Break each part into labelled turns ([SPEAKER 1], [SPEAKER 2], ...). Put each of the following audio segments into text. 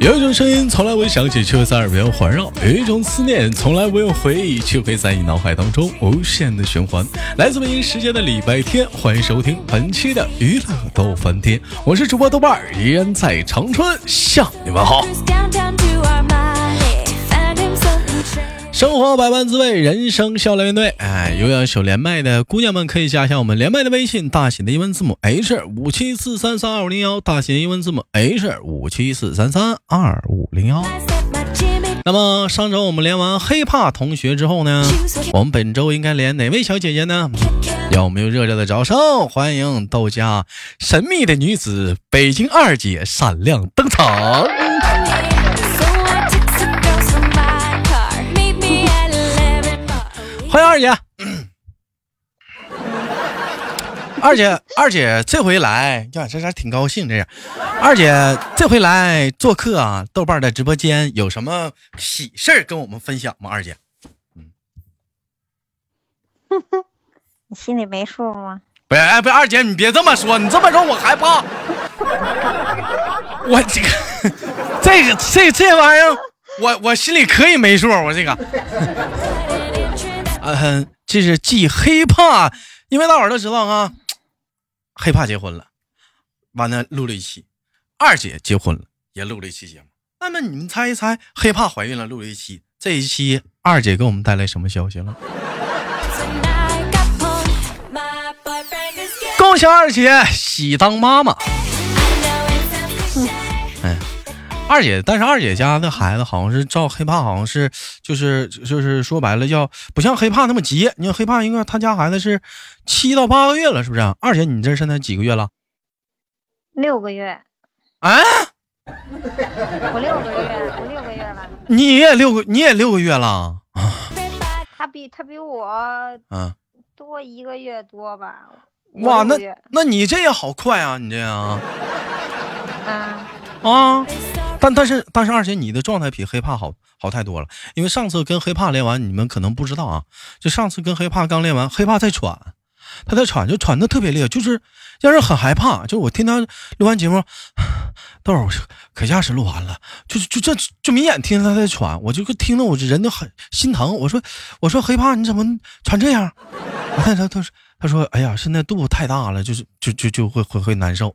[SPEAKER 1] 有一种声音从来未响起，却会在耳边环绕；有一种思念从来不用回忆，却会在你脑海当中无限的循环。来自北京时间的礼拜天，欢迎收听本期的娱乐逗翻天，我是主播豆瓣儿，依然在长春向你们好。生活百般滋味，人生笑来面对。哎，有要手连麦的姑娘们可以加一下我们连麦的微信，大写的英文字母 H 五七四三三二五零幺，大写的英文字母 H 五七四三三二五零幺。那么上周我们连完黑怕同学之后呢，我们本周应该连哪位小姐姐呢？让我们用热烈的掌声欢迎豆家神秘的女子北京二姐闪亮登场。欢迎二姐。 二姐，二姐这回来呀，这还挺高兴。这是二姐这回来做客啊，豆瓣的直播间有什么喜事儿跟我们分享吗？二姐，
[SPEAKER 2] 你心里没数吗？
[SPEAKER 1] 不是，哎，不是，二姐你别这么说，你这么说我害怕。我这个，这个，这这玩意儿，我我心里可以没数，我这个。嗯，这是继黑怕，因为大伙儿都知道啊，黑怕结婚了，完了录了一期，二姐结婚了也录了一期节目。那么你们猜一猜，黑怕怀孕了录了一期，这一期二姐给我们带来什么消息了？恭喜二姐喜当妈妈。哎，二姐，但是二姐家的孩子好像是照黑怕，好像是就是就是说白了叫不像黑怕那么急。你看黑怕，应该他家孩子是七到八个月了，是不是？二姐，你这现在几个月了？
[SPEAKER 2] 六个月，
[SPEAKER 1] 啊，
[SPEAKER 2] 我六个月，我六个月了。
[SPEAKER 1] 你也六个，你也六个月了啊
[SPEAKER 2] 他比他比我
[SPEAKER 1] 啊！
[SPEAKER 2] 多一个月多吧？我
[SPEAKER 1] 哇，
[SPEAKER 2] 六
[SPEAKER 1] 那
[SPEAKER 2] 个月
[SPEAKER 1] 那你这也好快啊，你这样啊
[SPEAKER 2] 嗯，
[SPEAKER 1] 啊！但但是但是二姐，你的状态比黑怕好好太多了，因为上次跟黑怕连完，你们可能不知道啊，就上次跟黑怕刚连完，黑怕在喘，他在喘，就喘的特别厉害，就是让人很害怕。就我听他录完节目， 豆儿，我可下是录完了，就是就这就明显听他在喘，我就听得我这人都很心疼。我说我说黑怕你怎么喘这 样？我看他他说他说哎呀，现在肚子太大了，就是就就就会会会难受，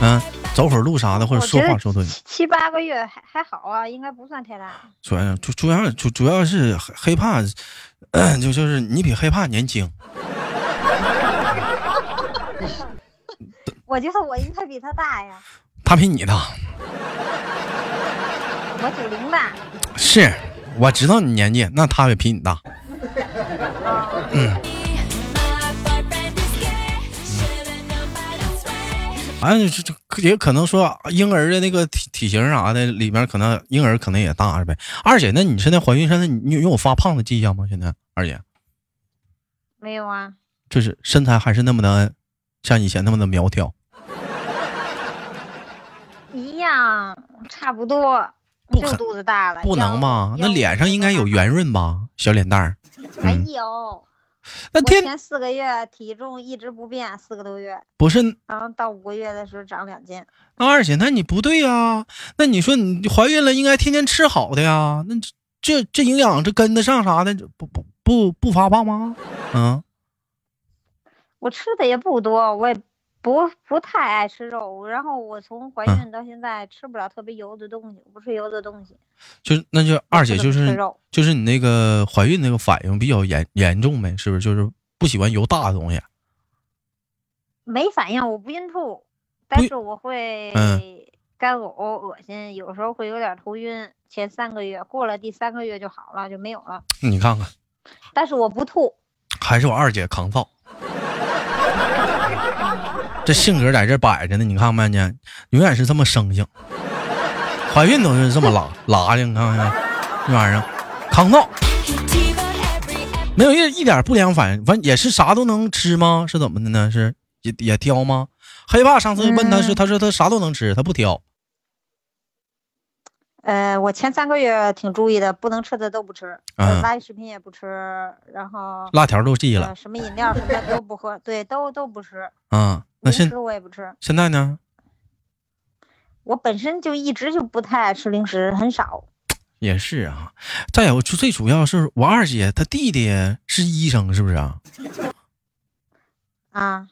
[SPEAKER 1] 嗯、走会儿路啥的，或者
[SPEAKER 2] 我觉
[SPEAKER 1] 说
[SPEAKER 2] 得
[SPEAKER 1] 话说多。
[SPEAKER 2] 七七八个月还还好啊，应该不算太大。
[SPEAKER 1] 主要主主要主主要是黑黑怕， 嗯就就是你比黑怕年轻，
[SPEAKER 2] 我觉得我应该比他大呀，
[SPEAKER 1] 他比你大。
[SPEAKER 2] 我九零的。
[SPEAKER 1] 是，我知道你年纪，那他也比你大。完、了，这这也可能说婴儿的那个体体型啥的，里面可能婴儿可能也大呗。二姐，那你现在怀孕，现在你你有发胖的迹象吗？现在二姐
[SPEAKER 2] 没有啊，
[SPEAKER 1] 就是身材还是那么的，像以前那么的苗条。
[SPEAKER 2] 一样，差不多，
[SPEAKER 1] 不
[SPEAKER 2] 就
[SPEAKER 1] 可
[SPEAKER 2] 肚子大了。
[SPEAKER 1] 不能
[SPEAKER 2] 腰
[SPEAKER 1] 吧？那
[SPEAKER 2] 腰
[SPEAKER 1] 脸上应该有圆润吧，小脸蛋儿。
[SPEAKER 2] 没
[SPEAKER 1] 嗯
[SPEAKER 2] 有，
[SPEAKER 1] 那
[SPEAKER 2] 我
[SPEAKER 1] 天
[SPEAKER 2] 前四个月体重一直不变，四个多月，
[SPEAKER 1] 不是
[SPEAKER 2] 然后到五个月的时候长两斤。
[SPEAKER 1] 那二姐，那你不对呀、那你说你怀孕了，应该天天吃好的呀。那这这这营养这跟得上啥的，这不不不不发胖吗？嗯，
[SPEAKER 2] 我吃的也不多，我也不不太爱吃肉。然后我从怀
[SPEAKER 1] 嗯
[SPEAKER 2] 孕到现在吃不了特别油的东西，我不吃油的东西。
[SPEAKER 1] 就是那就二姐
[SPEAKER 2] 不
[SPEAKER 1] 就
[SPEAKER 2] 怎么吃
[SPEAKER 1] 是
[SPEAKER 2] 肉
[SPEAKER 1] 就是你那个怀孕那个反应比较严严重呗，是不是？就是不喜欢油大的东西。
[SPEAKER 2] 没反应，我不孕吐，但
[SPEAKER 1] 孕
[SPEAKER 2] 是我会
[SPEAKER 1] 嗯
[SPEAKER 2] 干呕、恶心，有时候会有点头晕。前三个月过了第三个月就好了，就没有了。
[SPEAKER 1] 你看看，
[SPEAKER 2] 但是我不吐，
[SPEAKER 1] 还是我二姐抗造。这性格在这摆着呢，你看没看见？永远是这么生性，怀孕都是这么拉拉的，你看没看见？这玩意儿抗造。没有一一点不良反应，完也是啥都能吃吗？是怎么的呢？是也也挑吗？黑怕上次问他是，
[SPEAKER 2] 嗯
[SPEAKER 1] 他说他啥都能吃，他不挑。
[SPEAKER 2] 呃，我前三个月挺注意的，不能吃的都不吃，呃
[SPEAKER 1] 嗯
[SPEAKER 2] 垃圾食品也不吃，然后
[SPEAKER 1] 辣条都忌了
[SPEAKER 2] 呃，什么饮料什么的都不喝，对，都都不吃，
[SPEAKER 1] 啊、那
[SPEAKER 2] 零
[SPEAKER 1] 现
[SPEAKER 2] 食我也不吃。
[SPEAKER 1] 现在呢？
[SPEAKER 2] 我本身就一直就不太爱吃零食，很少。
[SPEAKER 1] 也是啊，再有就最主要是我二姐她弟弟是医生，是不是啊？
[SPEAKER 2] 啊，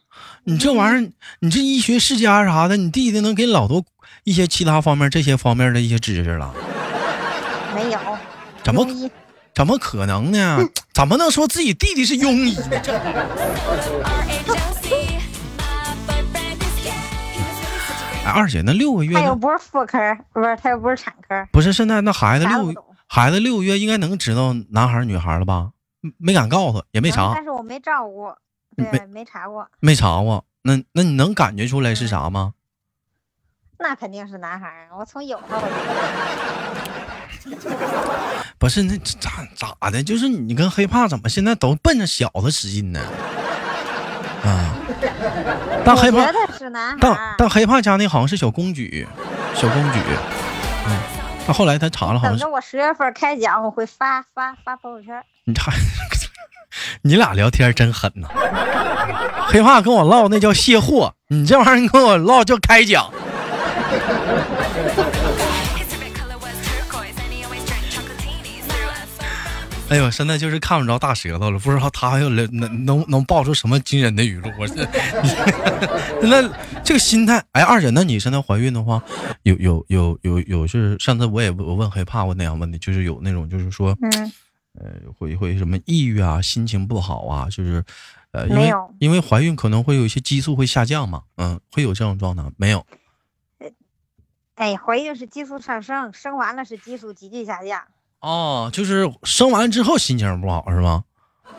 [SPEAKER 1] 你这玩意儿，你这医学世家啥的，你弟弟能给老多一些其他方面这些方面的一些知识了，
[SPEAKER 2] 没有。
[SPEAKER 1] 怎么
[SPEAKER 2] 庸医
[SPEAKER 1] 怎么可能呢？ 怎么能说自己弟弟是庸医呢？这哎二姐那六个月
[SPEAKER 2] 他又
[SPEAKER 1] 呢，
[SPEAKER 2] 不是妇科儿，不是他又不是产科儿，
[SPEAKER 1] 不是现在那孩子
[SPEAKER 2] 啥都
[SPEAKER 1] 六
[SPEAKER 2] 不懂。
[SPEAKER 1] 孩子六个月应该能知道男孩儿女孩儿了吧？嗯没敢告诉，也没
[SPEAKER 2] 然后
[SPEAKER 1] 查嗯
[SPEAKER 2] 但，是我没照顾，
[SPEAKER 1] 没
[SPEAKER 2] 对，没查过。
[SPEAKER 1] 没查过。那那你能感觉出来是啥吗？
[SPEAKER 2] 那肯定是男孩儿，我从有他我就
[SPEAKER 1] 不是，那这咋咋的？就是你跟黑怕怎么现在都奔着小子使劲呢？ 啊！但黑
[SPEAKER 2] 我
[SPEAKER 1] 怕
[SPEAKER 2] 觉，得是男孩
[SPEAKER 1] 但
[SPEAKER 2] 儿。
[SPEAKER 1] 但黑怕家那好像是小公举，小公举。嗯，但后来他查了，好像
[SPEAKER 2] 等
[SPEAKER 1] 是
[SPEAKER 2] 着我十月份开奖，我会发发发朋友圈儿。
[SPEAKER 1] 你看，你俩聊天真狠呐、黑怕跟我唠那叫卸货，你这玩意儿你跟我唠叫开讲。哎呦，现在就是看不着大舌头了，不知道他又能能能能爆出什么惊人的语录。我这， 那这个心态，哎，二姐，那你现在怀孕的话，有有有有有是上次我也我问黑怕过那样问题，就是有那种就是说，
[SPEAKER 2] 嗯，
[SPEAKER 1] 呃，会会什么抑郁啊，心情不好啊，就是，呃，因
[SPEAKER 2] 没
[SPEAKER 1] 为
[SPEAKER 2] 有
[SPEAKER 1] 因为怀孕可能会有一些激素会下降嘛，嗯，会有这种状态没有？
[SPEAKER 2] 哎，怀孕是激素上升，生完了是激素急剧下降，
[SPEAKER 1] 哦，就是生完之后心情不好是吗？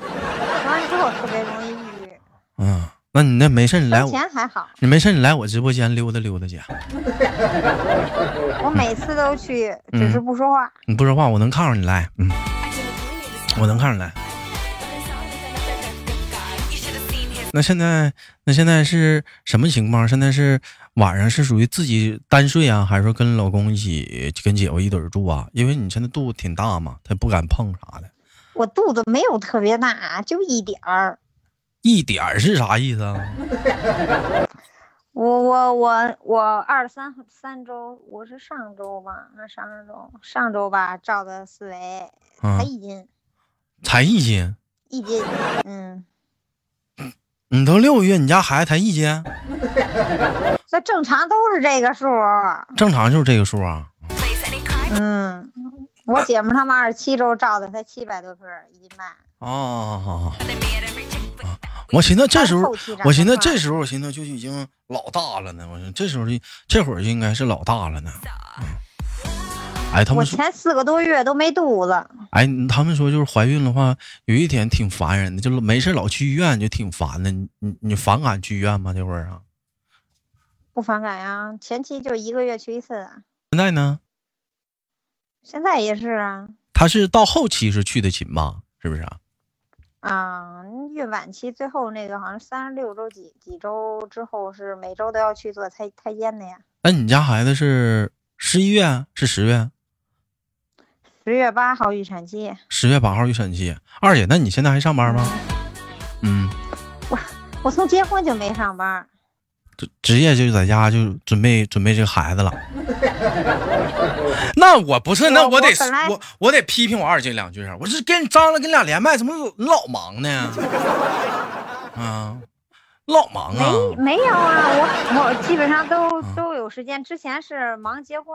[SPEAKER 2] 生完之后特别容易抑郁。
[SPEAKER 1] 嗯，那你那没事你来
[SPEAKER 2] 生
[SPEAKER 1] 我，
[SPEAKER 2] 前还好，
[SPEAKER 1] 你没事你来我直播间溜达溜达去，嗯
[SPEAKER 2] 我每次都去，只是不说话。
[SPEAKER 1] 你不说话我能看着你来，嗯，我能看着你来。那现在那现在是什么情况？现在是晚上是属于自己单睡啊，还是说跟老公一起跟姐夫一堆儿住啊？因为你现在肚子挺大嘛，他不敢碰啥的。
[SPEAKER 2] 我肚子没有特别大，就一点儿。
[SPEAKER 1] 一点儿是啥意思啊？
[SPEAKER 2] 我我我我二十三三周，我是上周吧，那上周上周吧照的四维，才
[SPEAKER 1] 嗯，
[SPEAKER 2] 一斤
[SPEAKER 1] 才一斤，
[SPEAKER 2] 一斤，嗯，
[SPEAKER 1] 你都六个月，你家孩子才一斤，
[SPEAKER 2] 那正常都是这个数儿，
[SPEAKER 1] 正常就是这个数啊。
[SPEAKER 2] 嗯，我姐们儿她们二十七周照的才七百多克儿，一斤半。
[SPEAKER 1] 哦，我寻思这时候
[SPEAKER 2] 后期长，
[SPEAKER 1] 我寻思
[SPEAKER 2] 得
[SPEAKER 1] 这
[SPEAKER 2] 快
[SPEAKER 1] 时候，我寻思就已经老大了呢。我说这时候就这会儿就应该是老大了呢。哎，他
[SPEAKER 2] 我
[SPEAKER 1] 们说。
[SPEAKER 2] 前四个多月都没肚子，
[SPEAKER 1] 哎，你他们说就是怀孕的话，有一点挺烦人的，就是没事老去医院就挺烦的。你你你反感去医院吗？这会儿啊，
[SPEAKER 2] 不反感呀、前期就一个月去一次啊，
[SPEAKER 1] 现在呢，
[SPEAKER 2] 现在也是啊，
[SPEAKER 1] 他是到后期是去的勤吧？是不是啊？
[SPEAKER 2] 啊，孕晚期最后那个好像三十六周几几周之后是每周都要去做胎胎监的呀。
[SPEAKER 1] 那、哎你家孩子是十一月啊是十月
[SPEAKER 2] 十月八号预产期，
[SPEAKER 1] 十月八号预产期？啊二姐，那你现在还上班吗？嗯，
[SPEAKER 2] 我从结婚就没上班儿，
[SPEAKER 1] 职职业就在家就准备准备这个孩子 了。那我不是，那
[SPEAKER 2] 我
[SPEAKER 1] 我得
[SPEAKER 2] 我本来
[SPEAKER 1] 我我得批评我二姐两句啊！我是跟你张罗，跟你俩连麦，怎么老老忙呢？ 啊，老忙啊！
[SPEAKER 2] 没没有啊，我我基本上都
[SPEAKER 1] 啊
[SPEAKER 2] 都有时间。之前是忙结婚，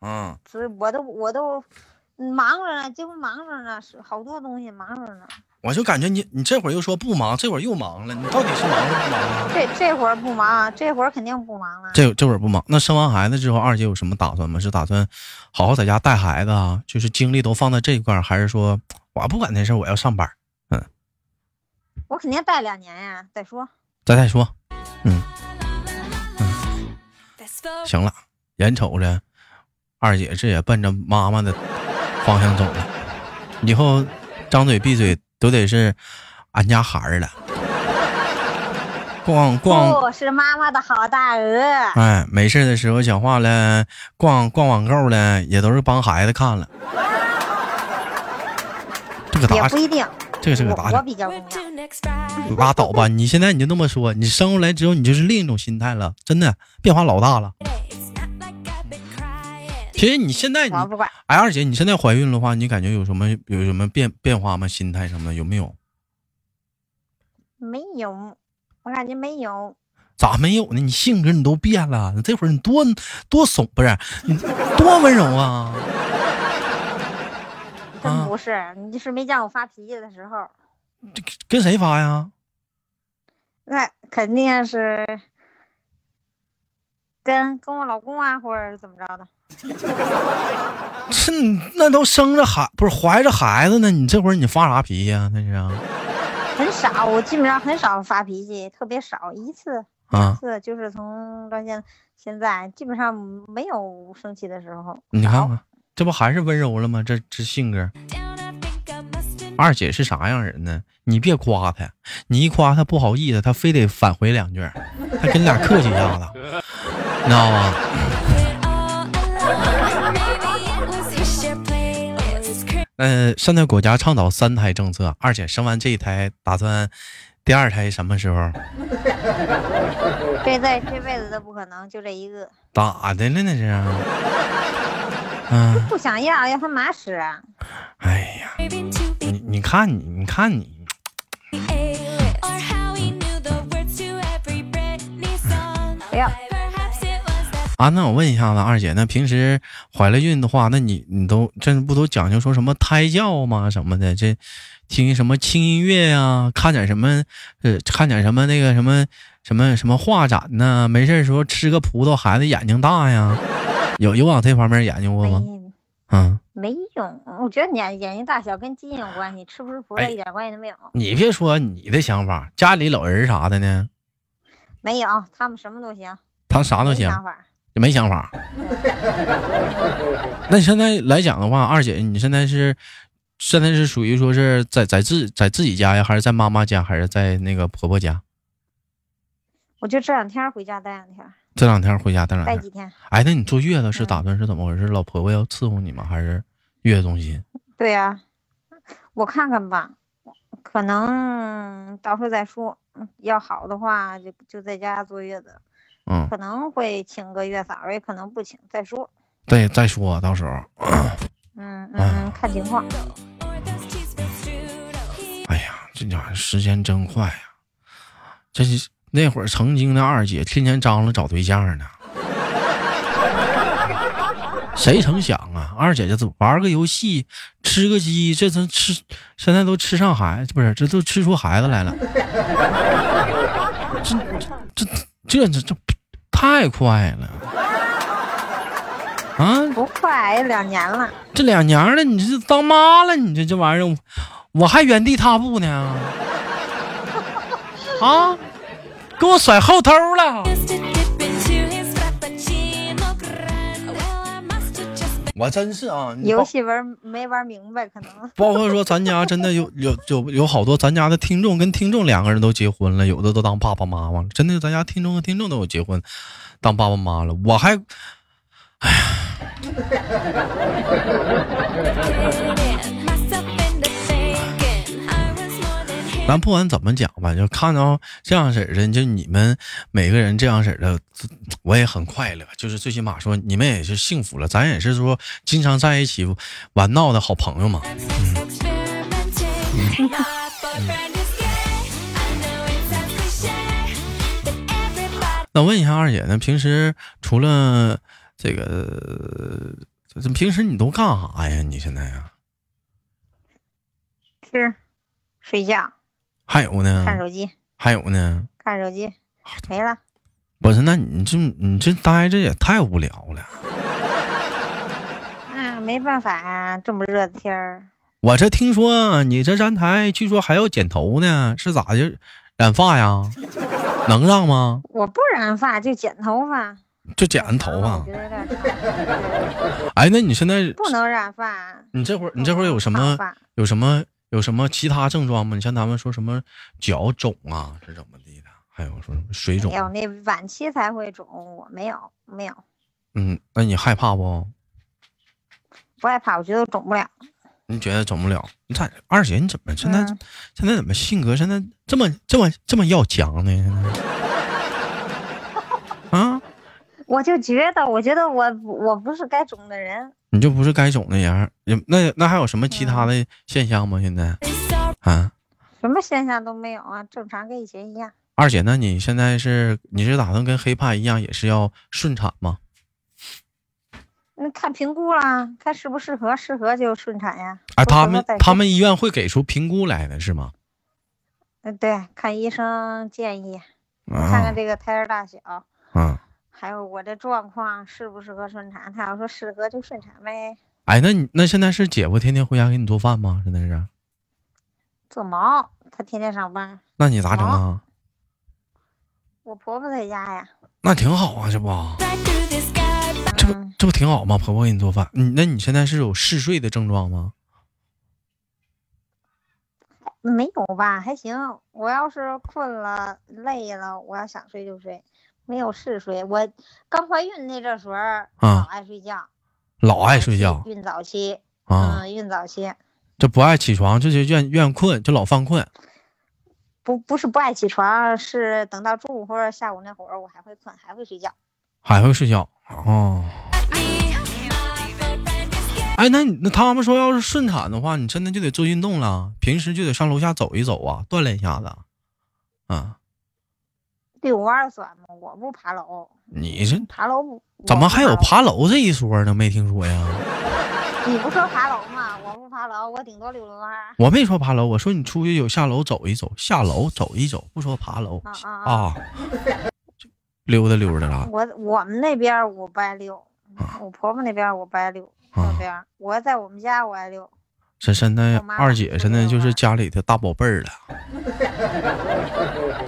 [SPEAKER 1] 嗯，
[SPEAKER 2] 所以我都我都忙着呢，结婚忙着呢，是好多东西忙着呢。
[SPEAKER 1] 我就感觉你你这会儿又说不忙，这会儿又忙了，你到底是忙是不忙啊？
[SPEAKER 2] 这这会儿不忙，啊这会儿肯定不忙了。
[SPEAKER 1] 这这会儿不忙。那生完孩子之后，二姐有什么打算吗？是打算好好在家带孩子啊？就是精力都放在这一块儿，还是说我不管那事儿，我要上班儿？
[SPEAKER 2] 我肯定带两年呀、再说。
[SPEAKER 1] 再再说，嗯，嗯，行了，眼瞅着二姐这也奔着妈妈的方向走了，以后张嘴闭嘴都得是俺家孩儿了。逛逛，
[SPEAKER 2] 不哦是妈妈的好大鹅，
[SPEAKER 1] 哎，没事的时候讲话了，逛逛网购了，也都是帮孩子看了。这个
[SPEAKER 2] 也
[SPEAKER 1] 打
[SPEAKER 2] 不，一定。
[SPEAKER 1] 这个这个打
[SPEAKER 2] 我我比较重要。
[SPEAKER 1] 你拉倒吧！你现在你就那么说，你生出来之后你就是另一种心态了，真的变化老大了。其实你现在你
[SPEAKER 2] 我不管。
[SPEAKER 1] 哎，二姐，你现在怀孕的话，你感觉有什么有什么变变化吗？心态什么的有没有？
[SPEAKER 2] 没有，我感觉没有。
[SPEAKER 1] 咋没有呢？你性格你都变了，你这会儿你多多怂不是？你多温柔啊！啊
[SPEAKER 2] 真不是，你就是没见我发脾气的时候，
[SPEAKER 1] 跟谁发呀？
[SPEAKER 2] 那肯定是跟跟我老公啊，或者是怎么着的。
[SPEAKER 1] 是你那都生着孩不是怀着孩子呢？你这会儿你发啥脾气啊？那是啊
[SPEAKER 2] 很少，我基本上很少发脾气，特别少，一次
[SPEAKER 1] 啊！
[SPEAKER 2] 次就是从到现现在，基本上没有生气的时候。
[SPEAKER 1] 你看
[SPEAKER 2] 少
[SPEAKER 1] 看，这不还是温柔了吗？这这性格，二姐是啥样人呢？你别夸她，你一夸她不好意思，她非得返回两句，还跟你俩客气一下子，你知道吗？呃，现在国家倡导三胎政策，二姐生完这一胎，打算第二胎什么时候？
[SPEAKER 2] 这在这辈子都不可能，就这一个，
[SPEAKER 1] 咋的了那是？ 嗯、
[SPEAKER 2] 不想要，要他马屎啊！
[SPEAKER 1] 哎呀，你你看你，你看你，
[SPEAKER 2] 不要，
[SPEAKER 1] 啊，那我问一下子，二姐，那平时怀了孕的话，那你你都这不都讲究说什么胎教吗？什么的，这听什么轻音乐呀、看点什么呃，看点什么那个什么什么什么画展呐、没事儿时候吃个葡萄，孩子眼睛大呀，有有往这方面研究过
[SPEAKER 2] 没
[SPEAKER 1] 吗？嗯，
[SPEAKER 2] 没用。我觉得眼眼睛大小跟基因有关系，吃不吃葡
[SPEAKER 1] 哎
[SPEAKER 2] 萄一点关系都没有。
[SPEAKER 1] 你别说你的想法，家里老人啥的呢，
[SPEAKER 2] 没有，他们什么都行，
[SPEAKER 1] 他啥都
[SPEAKER 2] 没
[SPEAKER 1] 行，
[SPEAKER 2] 想法。
[SPEAKER 1] 没想法。那你现在来讲的话，二姐，你现在是现在是属于说是在在自在自己家呀，还是在妈妈家，还是在那个婆婆家？
[SPEAKER 2] 我就这两天回家待两天，
[SPEAKER 1] 这两天回家，这两
[SPEAKER 2] 待
[SPEAKER 1] 天。
[SPEAKER 2] 几天。
[SPEAKER 1] 哎，那你坐月子是
[SPEAKER 2] 嗯
[SPEAKER 1] 打算是怎么回事？老婆婆要伺候你吗？还是月子中心？
[SPEAKER 2] 对呀、我看看吧，可能到时候再说。嗯要好的话，就就在家坐月子，
[SPEAKER 1] 嗯，
[SPEAKER 2] 可能会请个月嫂，也可能不请，再说。
[SPEAKER 1] 对，再说到时候。
[SPEAKER 2] 嗯
[SPEAKER 1] 哎
[SPEAKER 2] 嗯，看情况。
[SPEAKER 1] 哎呀，这家伙时间真快呀、这是那会儿曾经的二姐天天张罗找对象呢。 谁成想啊，二姐这都玩个游戏，吃个鸡，这都吃，现在都吃上孩，不是，这都吃出孩子来了。 这这这这这太快了啊！
[SPEAKER 2] 不快，也两年了。
[SPEAKER 1] 这两年儿了，你这当妈了，你这这玩意儿，我我还原地踏步呢，啊，给我甩后头了。我真是啊，你
[SPEAKER 2] 游
[SPEAKER 1] 包
[SPEAKER 2] 戏玩没玩明白，可能
[SPEAKER 1] 包括说咱家真的有有有有好多咱家的听众跟听众两个人都结婚了，有的都当爸爸妈妈了，真的咱家听众和听众都有结婚当爸爸妈妈了，我还咱不管怎么讲吧，就看到这样式儿的，就你们每个人这样式儿的，我也很快乐。就是最起码说你们也是幸福了，咱也是说经常在一起玩闹的好朋友嘛。那问一下二姐呢，平时除了这个，这平时你都干啥呀？你现在呀、
[SPEAKER 2] 是睡觉、
[SPEAKER 1] 还有呢？
[SPEAKER 2] 看手机、
[SPEAKER 1] 还有呢？
[SPEAKER 2] 看手机，没了。
[SPEAKER 1] 不是，那你这你这待着也太无聊了。
[SPEAKER 2] 那、没办法啊，这么热的天儿，
[SPEAKER 1] 我这听说啊你这站台据说还要剪头呢，是咋就染发呀？能让吗？
[SPEAKER 2] 我不染发就剪头发。
[SPEAKER 1] 就剪完头啊发
[SPEAKER 2] 我觉？得有点长对
[SPEAKER 1] 哎，那你现在
[SPEAKER 2] 不能染发。
[SPEAKER 1] 你这会儿 你这会儿有什么
[SPEAKER 2] 长发
[SPEAKER 1] 有什么有什么其他症状吗？你像他们说什么脚肿啊，是怎么地的？还有说什么水肿
[SPEAKER 2] 没？有，哎那晚期才会肿，我没有，没有，
[SPEAKER 1] 嗯，那你害怕不？
[SPEAKER 2] 不害怕，我觉得我肿不了。
[SPEAKER 1] 你觉得肿不了？你咋二姐你怎么现在、
[SPEAKER 2] 嗯
[SPEAKER 1] 现在怎么性格现在这么这么这么要强呢？啊，
[SPEAKER 2] 我就觉得，我觉得我我不是该肿的人，
[SPEAKER 1] 你就不是该肿的人儿。也那那还有什么其他的现象吗？现在啊，
[SPEAKER 2] 什么现象都没有啊，正常跟以前一样。
[SPEAKER 1] 二姐，那你现在是你是打算跟黑怕一样，也是要顺产吗？
[SPEAKER 2] 那看评估啦，看适不适合，适合就顺产呀。
[SPEAKER 1] 哎，
[SPEAKER 2] 不适合
[SPEAKER 1] 他们
[SPEAKER 2] 再
[SPEAKER 1] 他
[SPEAKER 2] 生
[SPEAKER 1] 们医院会给出评估来的是吗？
[SPEAKER 2] 呃对，看医生建议，看
[SPEAKER 1] 啊
[SPEAKER 2] 看这个胎儿大小，
[SPEAKER 1] 啊，
[SPEAKER 2] 还有我的状况适不适合顺产。他要说适合就顺产呗，
[SPEAKER 1] 哎，那你那现在是姐夫天天回家给你做饭吗？现在是？
[SPEAKER 2] 做毛，他天天上班，
[SPEAKER 1] 那你咋整啊？
[SPEAKER 2] 哦我婆婆在家呀。
[SPEAKER 1] 那挺好啊，这不这不
[SPEAKER 2] 嗯，
[SPEAKER 1] 这不挺好吗？婆婆给你做饭，你那你现在是有嗜睡的症状吗？
[SPEAKER 2] 没有吧，啊还行。我要是困了、累了，我要想睡就睡，没有嗜睡。我刚怀孕那阵儿时候儿，老
[SPEAKER 1] 啊
[SPEAKER 2] 爱睡觉，
[SPEAKER 1] 老爱睡觉
[SPEAKER 2] 孕早期，
[SPEAKER 1] 啊，
[SPEAKER 2] 嗯，孕早期。
[SPEAKER 1] 这不爱起床，这就愿愿困，就老犯困。
[SPEAKER 2] 不不是不爱起床，是等到中午或者下午那会儿，我还会困，还会睡觉。
[SPEAKER 1] 还会睡觉哦。哎，那你那他们说要是顺产的话，你真的就得做运动了，平时就得上楼下走一走啊，锻炼一下子。啊，
[SPEAKER 2] 遛弯儿算吗？我不爬楼，
[SPEAKER 1] 你这
[SPEAKER 2] 爬楼不。
[SPEAKER 1] 怎么
[SPEAKER 2] 我不
[SPEAKER 1] 还有
[SPEAKER 2] 楼？
[SPEAKER 1] 爬楼这一说呢？没听说呀？
[SPEAKER 2] 你不说爬楼吗？我不爬楼，我顶多遛遛弯儿。
[SPEAKER 1] 我没说爬楼，我说你出去有下楼走一走，下楼走一走，不说爬楼
[SPEAKER 2] 啊啊啊
[SPEAKER 1] 啊，溜达溜达啦。
[SPEAKER 2] 我我们那边儿我不爱遛，我婆婆那边儿我不爱遛。
[SPEAKER 1] 啊
[SPEAKER 2] 那边儿我在我们家我爱遛，
[SPEAKER 1] 这现在
[SPEAKER 2] 我妈
[SPEAKER 1] 二姐
[SPEAKER 2] 是
[SPEAKER 1] 现在
[SPEAKER 2] 这
[SPEAKER 1] 就是
[SPEAKER 2] 样
[SPEAKER 1] 家里的大宝贝儿 了，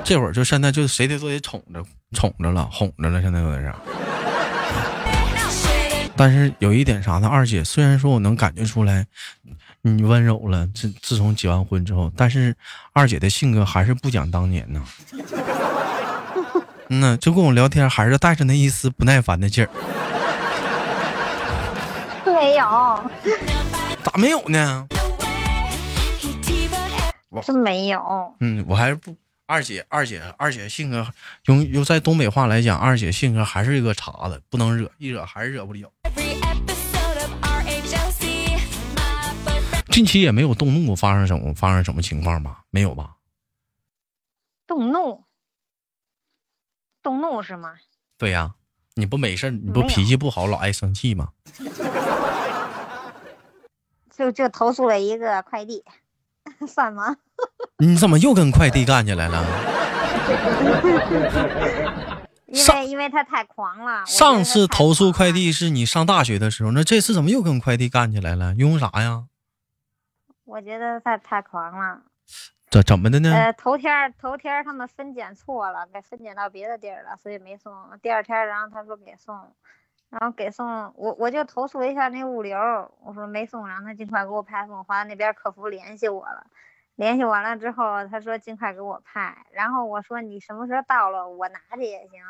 [SPEAKER 1] 这会儿就现在就谁得都得宠着宠着了，哄着了，现在有点啥。但是有一点啥呢？二姐虽然说我能感觉出来你温柔了，自自从结完婚之后，但是二姐的性格还是不讲当年呢。 嗯呐，就跟我聊天还是带着那一丝不耐烦的劲儿，
[SPEAKER 2] 没有，
[SPEAKER 1] 咋没有呢？
[SPEAKER 2] 真没有。
[SPEAKER 1] 嗯，我还是不二姐，二姐，二姐性格用用在东北话来讲，二姐性格还是一个茬子，不能惹，一惹还是惹不了。近期也没有动怒发生什么发生什么情况吧？没有吧？
[SPEAKER 2] 动怒，动怒是吗？
[SPEAKER 1] 对呀、你不没事儿，你
[SPEAKER 2] 没
[SPEAKER 1] 不
[SPEAKER 2] 有
[SPEAKER 1] 脾气不好，老爱生气吗？
[SPEAKER 2] 就就投诉了一个快递， 算吗？
[SPEAKER 1] 你怎么又跟快递干起来了？
[SPEAKER 2] 因
[SPEAKER 1] 上
[SPEAKER 2] 为因为他太狂了。我觉得
[SPEAKER 1] 上
[SPEAKER 2] 他
[SPEAKER 1] 次
[SPEAKER 2] 太
[SPEAKER 1] 投诉
[SPEAKER 2] 狂
[SPEAKER 1] 快
[SPEAKER 2] 了，
[SPEAKER 1] 递是你上大学的时候，那这次怎么又跟快递干起来了？因为啥呀？
[SPEAKER 2] 我觉得他太狂了。
[SPEAKER 1] 怎怎么的呢？
[SPEAKER 2] 呃，头天儿头天儿他们分拣错了，给分拣到别的地儿了，所以没送。第二天儿，然后他说给送，然后给送我我就投诉了一下那物流儿，我说没送，让他尽快给我派送。后来那边儿客服联系我了，联系完了之后，他说尽快给我派，然后我说你什么时候到了我拿去也行。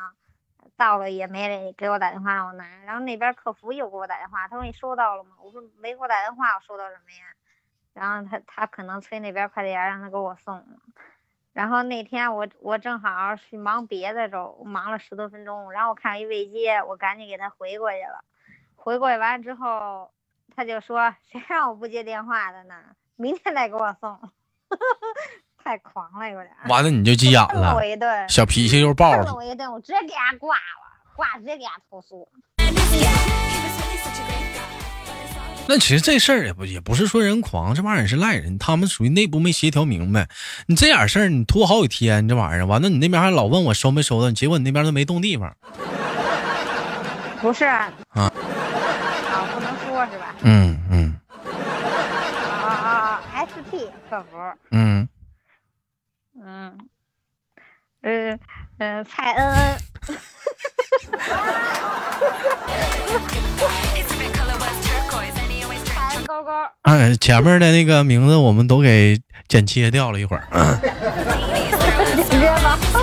[SPEAKER 2] 到了也没人给我打电话让我拿，然后那边儿客服又给我打电话，他说你收到了吗？我说没给我打电话，我收到什么呀？然后他他可能催那边快递员让他给我送，然后那天我我正好去忙别的周，忙了十多分钟，然后我看一未接，我赶紧给他回过去了，回过去完之后，他就说谁让我不接电话的呢？明天再给我送， 太狂了有点儿，
[SPEAKER 1] 完了你就急 眼
[SPEAKER 2] 瞪了
[SPEAKER 1] 了
[SPEAKER 2] 我，一顿，
[SPEAKER 1] 小脾气又爆
[SPEAKER 2] 瞪了
[SPEAKER 1] 了。
[SPEAKER 2] 我一顿，我直接给他挂了，挂直接给他投诉，
[SPEAKER 1] 那其实这事儿也不也不是说人狂，这玩意儿也是赖人，他们属于内部没协调明白。你这点事儿你拖好几天，你这玩意儿完了，你那边还老问我收没收到，结果你那边都没动地方。
[SPEAKER 2] 不是啊，啊不能说是吧？
[SPEAKER 1] 嗯嗯
[SPEAKER 2] 啊啊啊啊！ST 客服。
[SPEAKER 1] 嗯，
[SPEAKER 2] 嗯，呃，呃，蔡恩恩，蔡恩勾勾，
[SPEAKER 1] 哎，前面的那个名字我们都给剪切掉了一会儿。
[SPEAKER 2] 直接吧。哎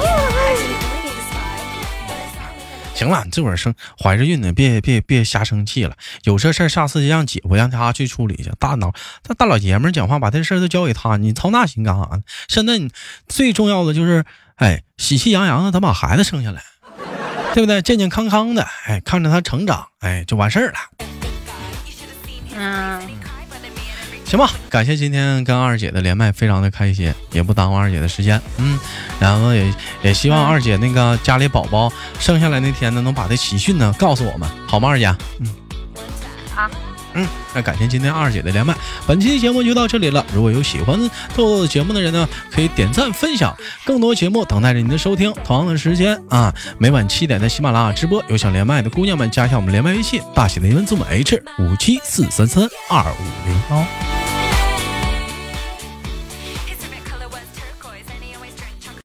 [SPEAKER 1] 行了，你这会儿生怀着孕呢，别别别瞎生气了。有这事儿，下次让姐夫让他去处理去。大脑他大老爷们儿讲话，把这事儿都交给他，你操那心干啊啥呢？现在你最重要的就是，哎，喜气洋洋的，咱把孩子生下来。对不对？健健康康的，哎，看着他成长，哎，就完事儿了。
[SPEAKER 2] 嗯，
[SPEAKER 1] 行吧，感谢今天跟二姐的连麦，非常的开心，也不耽误二姐的时间，嗯，然后也也希望二姐那个家里宝宝生下来那天呢，能把这喜讯呢告诉我们，好吗，二姐？嗯，
[SPEAKER 2] 好，
[SPEAKER 1] 嗯，那感谢今天二姐的连麦，本期节目就到这里了。如果有喜欢豆豆节目的人呢，可以点赞分享，更多节目等待着您的收听。同样的时间啊，每晚七点在喜马拉雅直播，有想连麦的姑娘们加一下我们连麦微信，大写的英文字母 H 五七四三三二五零幺。哦